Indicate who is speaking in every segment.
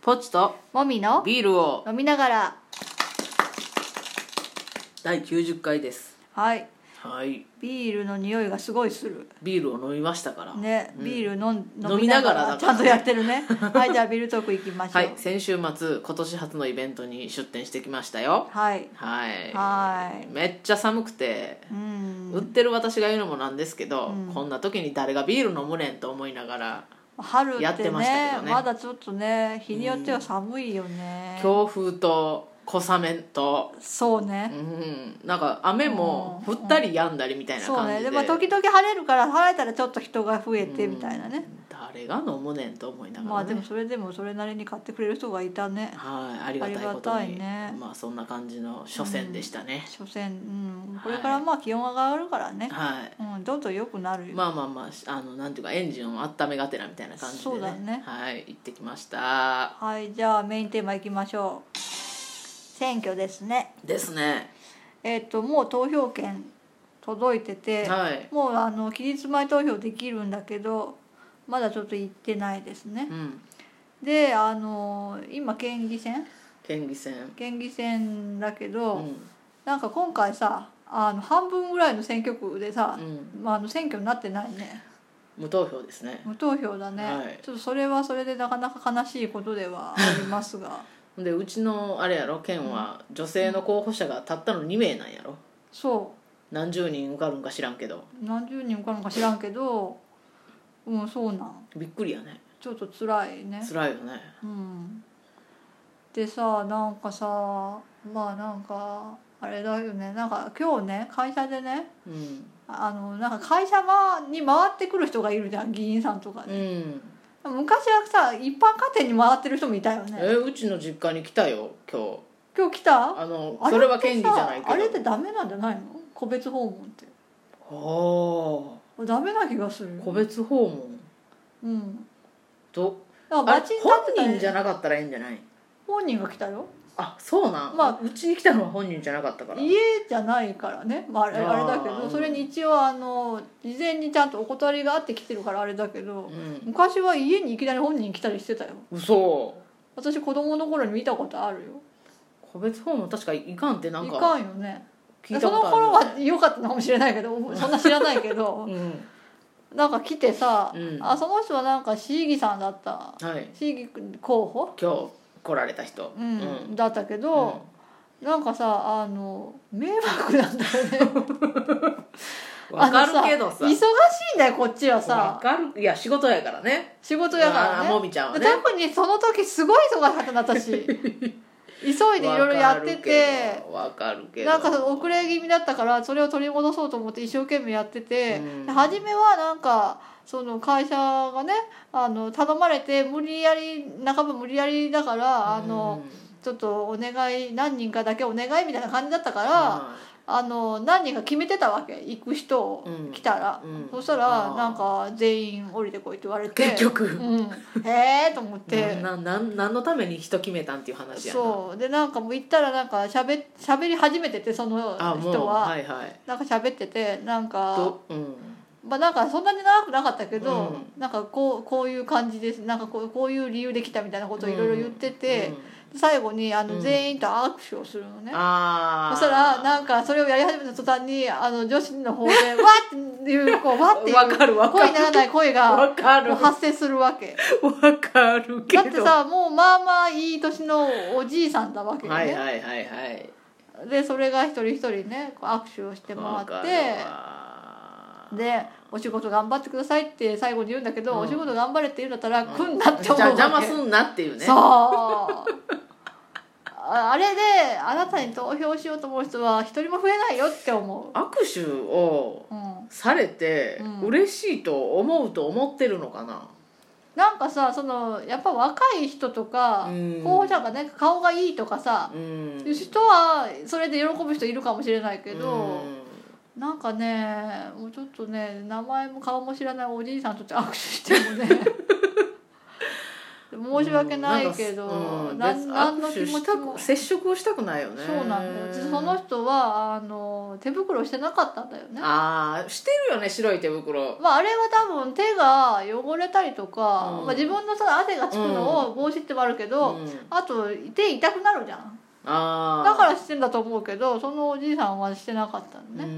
Speaker 1: ポチと
Speaker 2: もみの
Speaker 1: ビールを
Speaker 2: 飲みながら
Speaker 1: 第90回です
Speaker 2: はい
Speaker 1: はい
Speaker 2: ビールの匂いがすごいする
Speaker 1: ビールを飲みましたから
Speaker 2: ね、
Speaker 1: うん
Speaker 2: ビール飲ん
Speaker 1: 飲みながらだから
Speaker 2: ちゃんとやってるねはいじゃあビールトークいきましょ
Speaker 1: は
Speaker 2: う
Speaker 1: い先週末今年初のイベントに出店してきましたよ
Speaker 2: はい、
Speaker 1: はい
Speaker 2: はい
Speaker 1: めっちゃ寒くて、
Speaker 2: うん
Speaker 1: 売ってる私が言うのもなんですけど、
Speaker 2: うん
Speaker 1: こんな時に誰がビール飲むねんと思いながら
Speaker 2: 春ってね
Speaker 1: やってましたけどね
Speaker 2: まだちょっとね日によっては寒いよね、
Speaker 1: 強風と小雨と、
Speaker 2: そう
Speaker 1: う
Speaker 2: ね、
Speaker 1: ん、なんか雨も降ったりやんだりみたいな
Speaker 2: そう
Speaker 1: 感じで、
Speaker 2: ねでも時々晴れるから晴れたらちょっと人が増えてみたいなね、
Speaker 1: 誰が飲むねんと思いなが
Speaker 2: ま
Speaker 1: ら、
Speaker 2: あ
Speaker 1: ね
Speaker 2: でもそれでもそれなりに買ってくれる人がいたね
Speaker 1: はいありがたいこと
Speaker 2: あ
Speaker 1: に
Speaker 2: りがたいね
Speaker 1: まあそんな感じの初戦でしたね、
Speaker 2: 所詮、うん
Speaker 1: はい、
Speaker 2: これからまあ気温が上がるからね、
Speaker 1: はい
Speaker 2: うん、どんどん良くなるよ、
Speaker 1: まあまあまあしあのなんていうかエンジンを温めがてらみたいな感じで、ね、
Speaker 2: そうだね
Speaker 1: はい行ってきました
Speaker 2: はいじゃあメインテーマいきましょう選挙ですね
Speaker 1: ですね
Speaker 2: えっ、ともう投票券届いてて、
Speaker 1: はい
Speaker 2: もうあの期日前投票できるんだけどまだちょっと行ってないですね
Speaker 1: う、ん
Speaker 2: であの今県議選
Speaker 1: 県議選
Speaker 2: 県議選だけ
Speaker 1: う
Speaker 2: ど、
Speaker 1: ん
Speaker 2: なんか今回さあの半分ぐらいの選挙区でさ
Speaker 1: う、ん
Speaker 2: まあ、あの選挙になってないね
Speaker 1: 無投票ですね
Speaker 2: 無投票だね、
Speaker 1: はい
Speaker 2: ちょっとそれはそれでなかなか悲しいことではありま すが
Speaker 1: でうちのあれやろ県は女性の候補者がたったの2名なんやろ
Speaker 2: そう
Speaker 1: 何十人受かるんか知らんけど
Speaker 2: 何十人かのか知らんけどうんそうなん
Speaker 1: びっくりやね
Speaker 2: ちょっと辛いね
Speaker 1: 辛いよね
Speaker 2: うんでさなんかさまあなんかあれだよねなんか今日ね会社でね
Speaker 1: うん
Speaker 2: あのなんか会社まに回ってくる人がいるじゃん議員さんとか
Speaker 1: う
Speaker 2: ね、
Speaker 1: ん
Speaker 2: 昔はさ一般家庭に回ってる人もいたよね
Speaker 1: えうちの実家に来たよ今日
Speaker 2: 今日来た
Speaker 1: あの
Speaker 2: あ
Speaker 1: それは
Speaker 2: って
Speaker 1: 権利じゃないけど
Speaker 2: さあれってダメなんじゃないの個別訪問って
Speaker 1: は
Speaker 2: ダメな気がする
Speaker 1: あ個別訪問
Speaker 2: うん
Speaker 1: と
Speaker 2: だか
Speaker 1: あ
Speaker 2: ら
Speaker 1: れ
Speaker 2: 街に立ってた
Speaker 1: 本
Speaker 2: ら
Speaker 1: 人じゃなかったらいいんじゃない
Speaker 2: 本人が来たよ
Speaker 1: あそうなん、ま
Speaker 2: まあ
Speaker 1: あ、うちに来たのは本人じゃなかったから
Speaker 2: 家じゃないからね、まあ、あれ
Speaker 1: あー
Speaker 2: あれだけどそれに一応あの事前にちゃんとお断りがあって来てるからあれだけど
Speaker 1: うん
Speaker 2: 昔は家にいきなり本人来たりしてたよ
Speaker 1: 嘘
Speaker 2: 私子供の頃に見たことあるよ
Speaker 1: 個別訪問確かいかんってなん
Speaker 2: い
Speaker 1: か
Speaker 2: かんよね
Speaker 1: 聞いた
Speaker 2: その
Speaker 1: ことある
Speaker 2: 頃
Speaker 1: よね
Speaker 2: は良かったのかもしれないけどそんな知らない けどなんか来てさ、
Speaker 1: うん
Speaker 2: あその人はなんか市議さんだった
Speaker 1: うんはい
Speaker 2: 市議候補、
Speaker 1: 今日来られた人
Speaker 2: うんだったけど、なんかさあの迷惑なんだよね
Speaker 1: わ、かるけど
Speaker 2: あ
Speaker 1: さ
Speaker 2: の忙しいんだよこっちは
Speaker 1: わ
Speaker 2: さ
Speaker 1: かるいや仕事やからね
Speaker 2: 仕事やか
Speaker 1: あ
Speaker 2: ら
Speaker 1: ー
Speaker 2: ね
Speaker 1: もみちゃんは
Speaker 2: で
Speaker 1: ね
Speaker 2: 特にその時すごい忙しかったの 私急いでいろいろやってて
Speaker 1: わかるけど
Speaker 2: なんか遅れ気味だったからそれを取り戻そうと思って一生懸命やってて、
Speaker 1: うん
Speaker 2: で初めはなんかその会社がねあの頼まれて無理やり半ば無理やりだからあの、ちょっとお願い何人かだけお願いみたいな感じだったから。あの何人か決めてたわけ行く人を
Speaker 1: うん
Speaker 2: 来たら、
Speaker 1: うん
Speaker 2: そした
Speaker 1: あ
Speaker 2: ら
Speaker 1: ー
Speaker 2: なんか全員降りてこいって言われて
Speaker 1: 結
Speaker 2: う
Speaker 1: 局
Speaker 2: ん、へえと思っ
Speaker 1: で
Speaker 2: て
Speaker 1: なな何のために人決めたんっていう話やな
Speaker 2: そうでなんかもう行ったらなんかしゃべり始めててその
Speaker 1: あもう
Speaker 2: 人は、
Speaker 1: はいはい
Speaker 2: なんか喋っててなんか
Speaker 1: とうん
Speaker 2: まあなんかそんなに長くなかったけど、
Speaker 1: う
Speaker 2: なんかこうこういう感じですなんかこうこういう理由で来たみたいなことをいろいろ言ってて
Speaker 1: うん、
Speaker 2: 最後にあの
Speaker 1: うん
Speaker 2: 全員と握手をするのね、
Speaker 1: ああ
Speaker 2: そしたらなんかそれをやり始めた途端にあの女子の 方で「わ!」っていうこう「わ!」っていう
Speaker 1: わかるわかる
Speaker 2: 声にならない声が
Speaker 1: わか
Speaker 2: も
Speaker 1: る
Speaker 2: う発生するわけ
Speaker 1: わかるけ
Speaker 2: だ
Speaker 1: ど
Speaker 2: ってさもうまあまあいい年のおじいさんだわけよね、
Speaker 1: はいはいはいはい
Speaker 2: でそれが一人一人ねこう握手をしてもら
Speaker 1: わ
Speaker 2: っ
Speaker 1: かる
Speaker 2: て
Speaker 1: わ
Speaker 2: で「お仕事頑張ってください」って最後に言うんだけど、
Speaker 1: うん
Speaker 2: お仕事頑張れって言うんだったら「来
Speaker 1: うん
Speaker 2: な」って
Speaker 1: じゃ
Speaker 2: 思うわ
Speaker 1: あ
Speaker 2: け
Speaker 1: 邪魔すんなっていうね
Speaker 2: そうああれであなたに投票しようと思う人は一人も増えないよって思
Speaker 1: 握手を
Speaker 2: う、うん、
Speaker 1: されて
Speaker 2: うん
Speaker 1: 嬉しいと思うと思ってるのかな、
Speaker 2: なんかさそのやっぱ若い人とか
Speaker 1: うん
Speaker 2: 候補者がね顔がいいとかさ、
Speaker 1: うん
Speaker 2: いう人はそれで喜ぶ人いるかもしれないけど、
Speaker 1: うん
Speaker 2: なんかねもうちょっとね名前も顔も知らないおじいさんとちょっと握手して もね申し訳ないけど、
Speaker 1: うん
Speaker 2: な
Speaker 1: なん
Speaker 2: ん、
Speaker 1: か
Speaker 2: なん
Speaker 1: うん
Speaker 2: の
Speaker 1: 別
Speaker 2: 気
Speaker 1: に
Speaker 2: 持
Speaker 1: 握手し
Speaker 2: ち
Speaker 1: た
Speaker 2: も
Speaker 1: く。接触をしたくないよね
Speaker 2: そうなんだよでその人はあの手袋してなかったんだよね
Speaker 1: ああしてるよね白い手袋
Speaker 2: まあ、あれは多分手が汚れたりとか、
Speaker 1: うん
Speaker 2: まあ、自分のさ汗がつくのを防止ってもあるけど、
Speaker 1: うん
Speaker 2: あと手痛くなるじゃん
Speaker 1: あ
Speaker 2: だからしてんだと思うけどそのおじいさんはしてなかったの
Speaker 1: ら
Speaker 2: ね、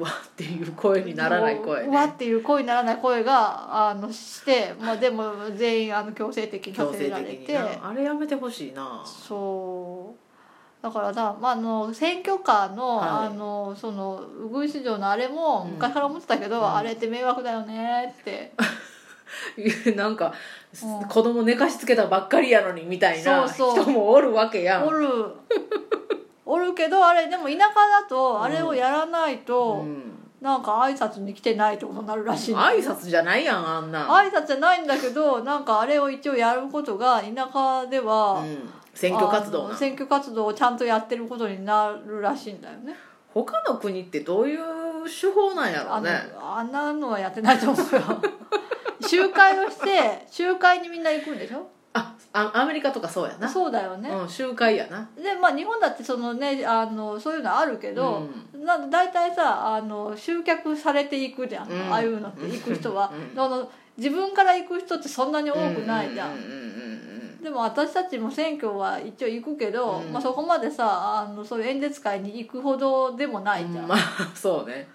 Speaker 1: うわっていう声にならない声
Speaker 2: うわ
Speaker 1: ね
Speaker 2: っていう声にならない声があのして、まあ、でも全員あの強制的にさ
Speaker 1: 強
Speaker 2: せ
Speaker 1: 制
Speaker 2: られ
Speaker 1: 的に
Speaker 2: て
Speaker 1: なあれやめてほしいな
Speaker 2: そうだからさ、まあ、あの選挙カーの,、
Speaker 1: はい
Speaker 2: あのそのウグイス城のあれも
Speaker 1: うん
Speaker 2: 昔から思ってたけど、
Speaker 1: うん
Speaker 2: あれって迷惑だよねって、
Speaker 1: なんか、
Speaker 2: うん
Speaker 1: 子供寝かしつけたばっかりやのにみたいな
Speaker 2: そうそう
Speaker 1: 人もおるわけやん
Speaker 2: おる おるけどあれでも田舎だとあれをやらないうと、
Speaker 1: ん
Speaker 2: なんか挨拶に来てないってことになるらしい
Speaker 1: 挨拶じゃないやんあんな、
Speaker 2: 挨拶じゃないんだけどなんかあれを一応やることが田舎では、
Speaker 1: うん、選挙活動
Speaker 2: あの
Speaker 1: な
Speaker 2: 選挙活動をちゃんとやってることになるらしいんだよね
Speaker 1: 他の国ってどういう手法なんやろ
Speaker 2: あ
Speaker 1: うね
Speaker 2: のあんなのはやってないと思うよ 集会をして集会にみんな行くんでしょ
Speaker 1: ああアメリカとかそうやな
Speaker 2: そうだよね、
Speaker 1: うん、集会やな
Speaker 2: でまあ日本だってそのねあのそういうのあるけど、なんか大体さあの集客されていくじゃん、
Speaker 1: うん
Speaker 2: ああいうのって行く人は、
Speaker 1: うん
Speaker 2: あの自分から行く人ってそんなに多くないじゃ
Speaker 1: うん
Speaker 2: ん,、
Speaker 1: うんうんうん
Speaker 2: でも私たちも選挙は一応行くけど、
Speaker 1: うん
Speaker 2: まあ、そこまでさあのそういう演説会に行くほどでもないじゃん、
Speaker 1: うんまあ そうね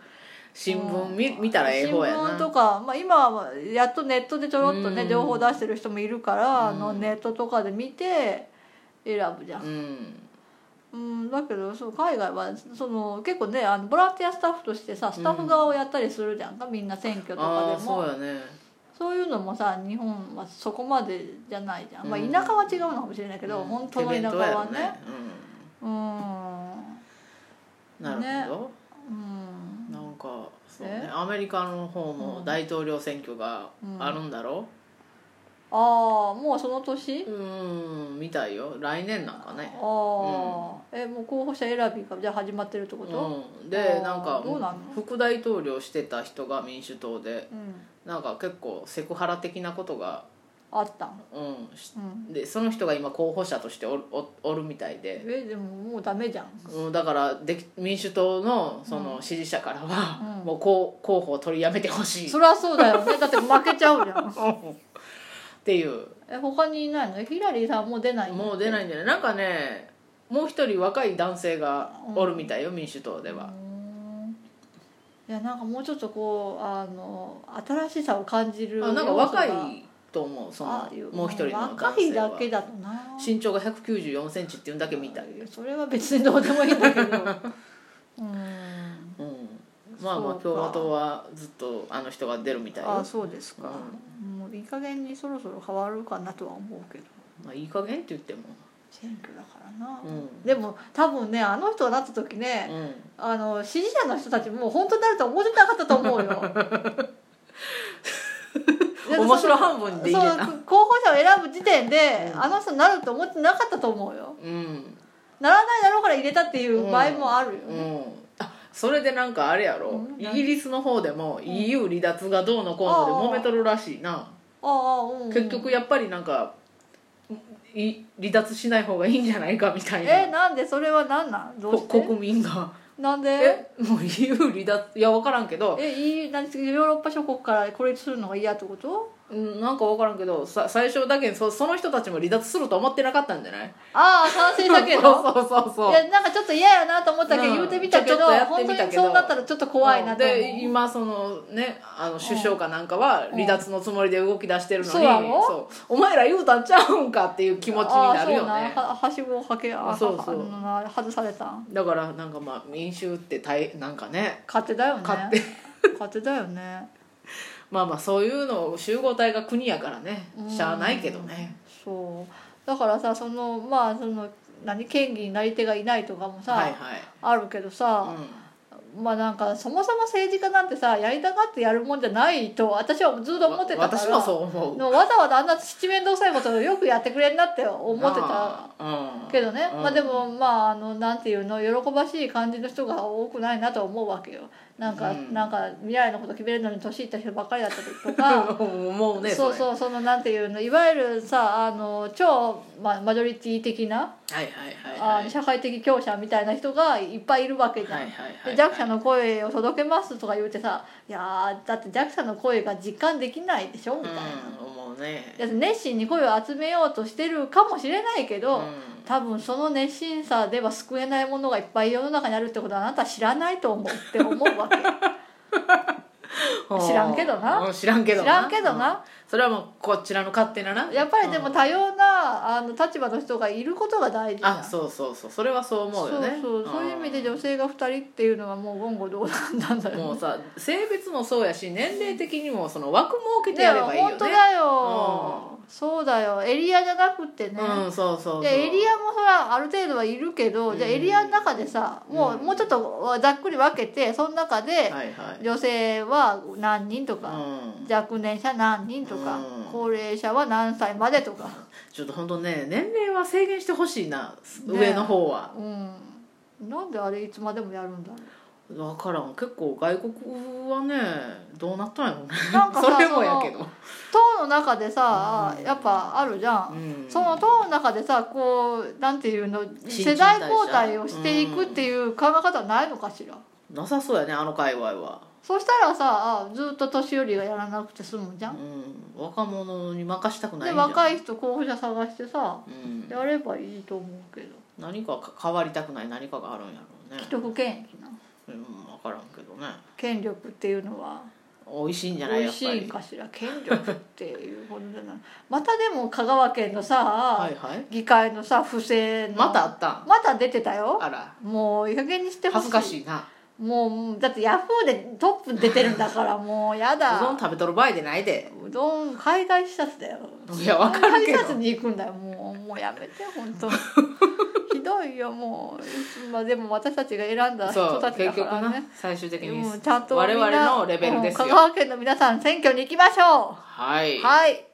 Speaker 1: 新聞見,、見たらええ方やな
Speaker 2: 新聞とか、まあ、今はやっとネットでちょろっとね、
Speaker 1: うん
Speaker 2: 情報出してる人もいるから、
Speaker 1: うん
Speaker 2: あのネットとかで見て選ぶじゃん、
Speaker 1: うん
Speaker 2: うん、だけどそう海外はその結構ねあのボランティアスタッフとしてさスタッフ側をやったりするじゃんか、みんな選挙と
Speaker 1: あ
Speaker 2: か
Speaker 1: あ
Speaker 2: で
Speaker 1: そ
Speaker 2: も
Speaker 1: うやね
Speaker 2: そういうのもさ日本はそこまでじゃないじゃん、
Speaker 1: うん
Speaker 2: まあ、田舎は違うのかもしれないけど、
Speaker 1: うん
Speaker 2: 本当の田
Speaker 1: 手弁当
Speaker 2: 舎
Speaker 1: やろ
Speaker 2: はね
Speaker 1: うんなるほど、
Speaker 2: うんうん
Speaker 1: なんかそう
Speaker 2: え
Speaker 1: ねアメリカの方も大統領選挙があるんだろ
Speaker 2: ああもうその年
Speaker 1: ううん、みたいよ来年なんかね
Speaker 2: ああ、えもう候補者選びがじゃあ始まってるってこと、
Speaker 1: うん、で
Speaker 2: あー
Speaker 1: なんか
Speaker 2: どうなの
Speaker 1: 副大統領してた人が民主党で
Speaker 2: うん
Speaker 1: なんか結構セクハラ的なことが、
Speaker 2: あったん
Speaker 1: うん、し
Speaker 2: うん
Speaker 1: でその人が今候補者としておるおおるみたいで、
Speaker 2: えでももうダメじゃん
Speaker 1: うん、だからでき民主党のその支持者からは、
Speaker 2: うん
Speaker 1: もう候候補を取りやめてほしいっ
Speaker 2: そりゃそうだよね だって負けちゃうじゃん
Speaker 1: ていう
Speaker 2: え他にいないのヒラリーさんもう出ないの
Speaker 1: もう出ないんじゃないなんかねもう一人若い男性がおるみたいよ、民主党で
Speaker 2: うー
Speaker 1: は、
Speaker 2: んいやなんかもうちょっとこうあの新しさを感じる
Speaker 1: あなんか若い
Speaker 2: 要素が
Speaker 1: と思うそ
Speaker 2: あ
Speaker 1: の
Speaker 2: いや
Speaker 1: もう一人の男
Speaker 2: 若い
Speaker 1: 性
Speaker 2: だ
Speaker 1: は
Speaker 2: けだとな
Speaker 1: 身長が1 9 4センチっていうだけみたい、
Speaker 2: いやそれは別にどうでもいいん だけどう
Speaker 1: う
Speaker 2: ん
Speaker 1: ん、まあまあ
Speaker 2: そうか
Speaker 1: 共和党はずっとあの人が出るみたいよ
Speaker 2: あそうですか、もういい加減にそろそろ変わるかなとは思うけど
Speaker 1: まあ、いい加減って言っても
Speaker 2: 選挙だからな、
Speaker 1: うん
Speaker 2: でも多分ねあの人がなった時ね、
Speaker 1: うん
Speaker 2: あの支持者の人たちもう本当になると思ってなかったと 思うよだって
Speaker 1: 面白半分でいい
Speaker 2: そう
Speaker 1: やな
Speaker 2: 候補者を選ぶ時点で、
Speaker 1: うん
Speaker 2: あの人になると思ってなかったと思うよ
Speaker 1: うん
Speaker 2: ならないだろうから入れたっていう場合もあるよ
Speaker 1: う
Speaker 2: ね、
Speaker 1: んあそれでなんかあれやろ、
Speaker 2: うん
Speaker 1: イギリスの方でも
Speaker 2: ん
Speaker 1: EU 離脱がどうのこうので揉めとるらしいな、
Speaker 2: ああうん
Speaker 1: 結局やっぱりなんかい離脱しない方がいいんじゃないかみたいな、
Speaker 2: えなんでそれは何なんどう
Speaker 1: こ
Speaker 2: して
Speaker 1: 国民が
Speaker 2: なんで
Speaker 1: えもう EU 離脱いや分からんけど
Speaker 2: えいい何ヨーロッパ諸国からこれするのが嫌ってこと
Speaker 1: うんなんか分からんけどさ最初だけそその人たちも離脱すると思ってなかったんじゃない
Speaker 2: ああ賛成だけど
Speaker 1: そうそうそうそう
Speaker 2: いやなんかちょっと嫌やなと思ったけど、
Speaker 1: うん
Speaker 2: 言うてみたけど
Speaker 1: ちょちょっとやって
Speaker 2: 本
Speaker 1: み
Speaker 2: 当
Speaker 1: たけど
Speaker 2: にそうなったらちょっと怖いなと思う、
Speaker 1: で今そのねあの首相かなんかは
Speaker 2: うん
Speaker 1: 離脱のつもりで動き出してるのに、
Speaker 2: そうやろ
Speaker 1: そうお前ら言うたんちゃうんかっていう気持ちになるよ
Speaker 2: ああ
Speaker 1: ね
Speaker 2: そうなははしごをはけあ
Speaker 1: そうそう
Speaker 2: はあのな外されたん
Speaker 1: だからなんかまあ民衆って大なんかね
Speaker 2: 勝手だよね
Speaker 1: 勝 手
Speaker 2: 勝手だよね
Speaker 1: まあまあそういうの集合体が国やからね
Speaker 2: うん
Speaker 1: しゃあないけどね
Speaker 2: そうだからさそのまあその何県議になり手がいないとかもさ、
Speaker 1: はいはい
Speaker 2: あるけどさ、まあなんかそもそも政治家なんてさやりたがってやるもんじゃないと私はずっと
Speaker 1: うん、
Speaker 2: 思ってたか
Speaker 1: わ
Speaker 2: ら
Speaker 1: 私もそう思う
Speaker 2: のわざわざあんな七面倒くさいことをよくやってくれんなって思って
Speaker 1: な
Speaker 2: た
Speaker 1: あうん
Speaker 2: けどね、
Speaker 1: うん
Speaker 2: まあでもまああのなんていうの喜ばしい感じの人が多くないなと思うわけよなんか、
Speaker 1: うん
Speaker 2: なんか未来のこと決めるのに年いった人ばっかりだったりとか。
Speaker 1: 思う ね
Speaker 2: そう
Speaker 1: う
Speaker 2: そうそのなんていうのいわゆるさあの超、まあ、マジョリティ的な、
Speaker 1: はいはい
Speaker 2: あ
Speaker 1: はいはい
Speaker 2: 社会的強者みたいな人がいっぱいいるわけじゃ
Speaker 1: は
Speaker 2: ん、
Speaker 1: いはいはい
Speaker 2: で弱者の声を届けますとか言うてさ「いやーだって弱者の声が実感できないでしょ」みたいな、
Speaker 1: うん思うね
Speaker 2: だって熱心に声を集めようとしてるかもしれないけど、
Speaker 1: うん
Speaker 2: 多分その熱心さでは救えないものがいっぱい世の中にあるってことはあなたは知らないと思うって思うわけ 知らんけどな
Speaker 1: うん知らんけどな
Speaker 2: 知らんけどな
Speaker 1: うんそれはもうこちらの勝手なな
Speaker 2: やっぱりでも
Speaker 1: うん
Speaker 2: 多様なあの立場の人がいることが大事だ
Speaker 1: あそうそうそうそれはそう思うよね
Speaker 2: そうそうそういう意味で女性が2人っていうのはもう言語道断なんだよね
Speaker 1: もうさ性別もそうやし年齢的にもその枠設けて
Speaker 2: で
Speaker 1: や
Speaker 2: も
Speaker 1: ればいい よね
Speaker 2: 本当だよ、そうだよエリアじゃなくってね、
Speaker 1: うんそうそうそう
Speaker 2: でエリアもそれはある程度はいるけど、じゃあ
Speaker 1: うん
Speaker 2: エリアの中でさもう,、
Speaker 1: うん
Speaker 2: もうちょっとざっくり分けてその中で
Speaker 1: はいはい
Speaker 2: 女性は何人とか、
Speaker 1: うん
Speaker 2: 若年者何人とか、
Speaker 1: うん
Speaker 2: 高齢者は何歳までとか、
Speaker 1: ちょっと本当ね年齢は制限してほしいな
Speaker 2: ね
Speaker 1: 上の方は
Speaker 2: うん、なんであれいつまでもやるんだろう
Speaker 1: 分からん結構外国はねどうなったんやろうね
Speaker 2: なんかさ
Speaker 1: それもやけど
Speaker 2: 党の中でさ、
Speaker 1: うん
Speaker 2: やっぱあるじゃん、
Speaker 1: うん
Speaker 2: その党の中でさこうなんていうの
Speaker 1: 新陳
Speaker 2: 世
Speaker 1: 代謝
Speaker 2: 代交代をしていくっていう考え方はないのかしら、
Speaker 1: なさそうやねあの界隈は
Speaker 2: そしたらさずっと年寄りがやらなくて済むじゃ、
Speaker 1: うんん若者に任したくない
Speaker 2: で
Speaker 1: んじゃん
Speaker 2: 若い人候補者探してさ
Speaker 1: うん
Speaker 2: やればいいと思うけど
Speaker 1: 何かか変わりたくない何かがあるんやろうね
Speaker 2: 既得権益な
Speaker 1: うん分からんけどね
Speaker 2: 権力っていうのは
Speaker 1: 美味しいんじゃない
Speaker 2: 美
Speaker 1: や
Speaker 2: 味
Speaker 1: っ
Speaker 2: し
Speaker 1: ぱ
Speaker 2: いん
Speaker 1: り
Speaker 2: かしら権力っていうほどじゃない またでも香川県のさ、
Speaker 1: はいはい
Speaker 2: 議会のさ不正の
Speaker 1: またあったん
Speaker 2: また出てたよ
Speaker 1: あら
Speaker 2: もういい加減にしてほし
Speaker 1: 恥ず
Speaker 2: い
Speaker 1: かしいな
Speaker 2: もううんだってヤフーでトップ出てるん だからもうや
Speaker 1: うどん
Speaker 2: だ
Speaker 1: 食べとる場合でないで
Speaker 2: うどん海外視察だよ
Speaker 1: いやわかるけど
Speaker 2: 海外視察に行くんだよもうもうやめて 本当ひどいよもうまあでも私たちが選んだ
Speaker 1: そ
Speaker 2: 人
Speaker 1: う
Speaker 2: たちだ
Speaker 1: 結
Speaker 2: か
Speaker 1: 局
Speaker 2: ら
Speaker 1: な
Speaker 2: ね
Speaker 1: 最終的に
Speaker 2: もうちゃんとみん
Speaker 1: 我
Speaker 2: な
Speaker 1: 々のレベルです
Speaker 2: うん香
Speaker 1: よ
Speaker 2: 川県の皆さん選挙に行きましょ
Speaker 1: はいう
Speaker 2: はい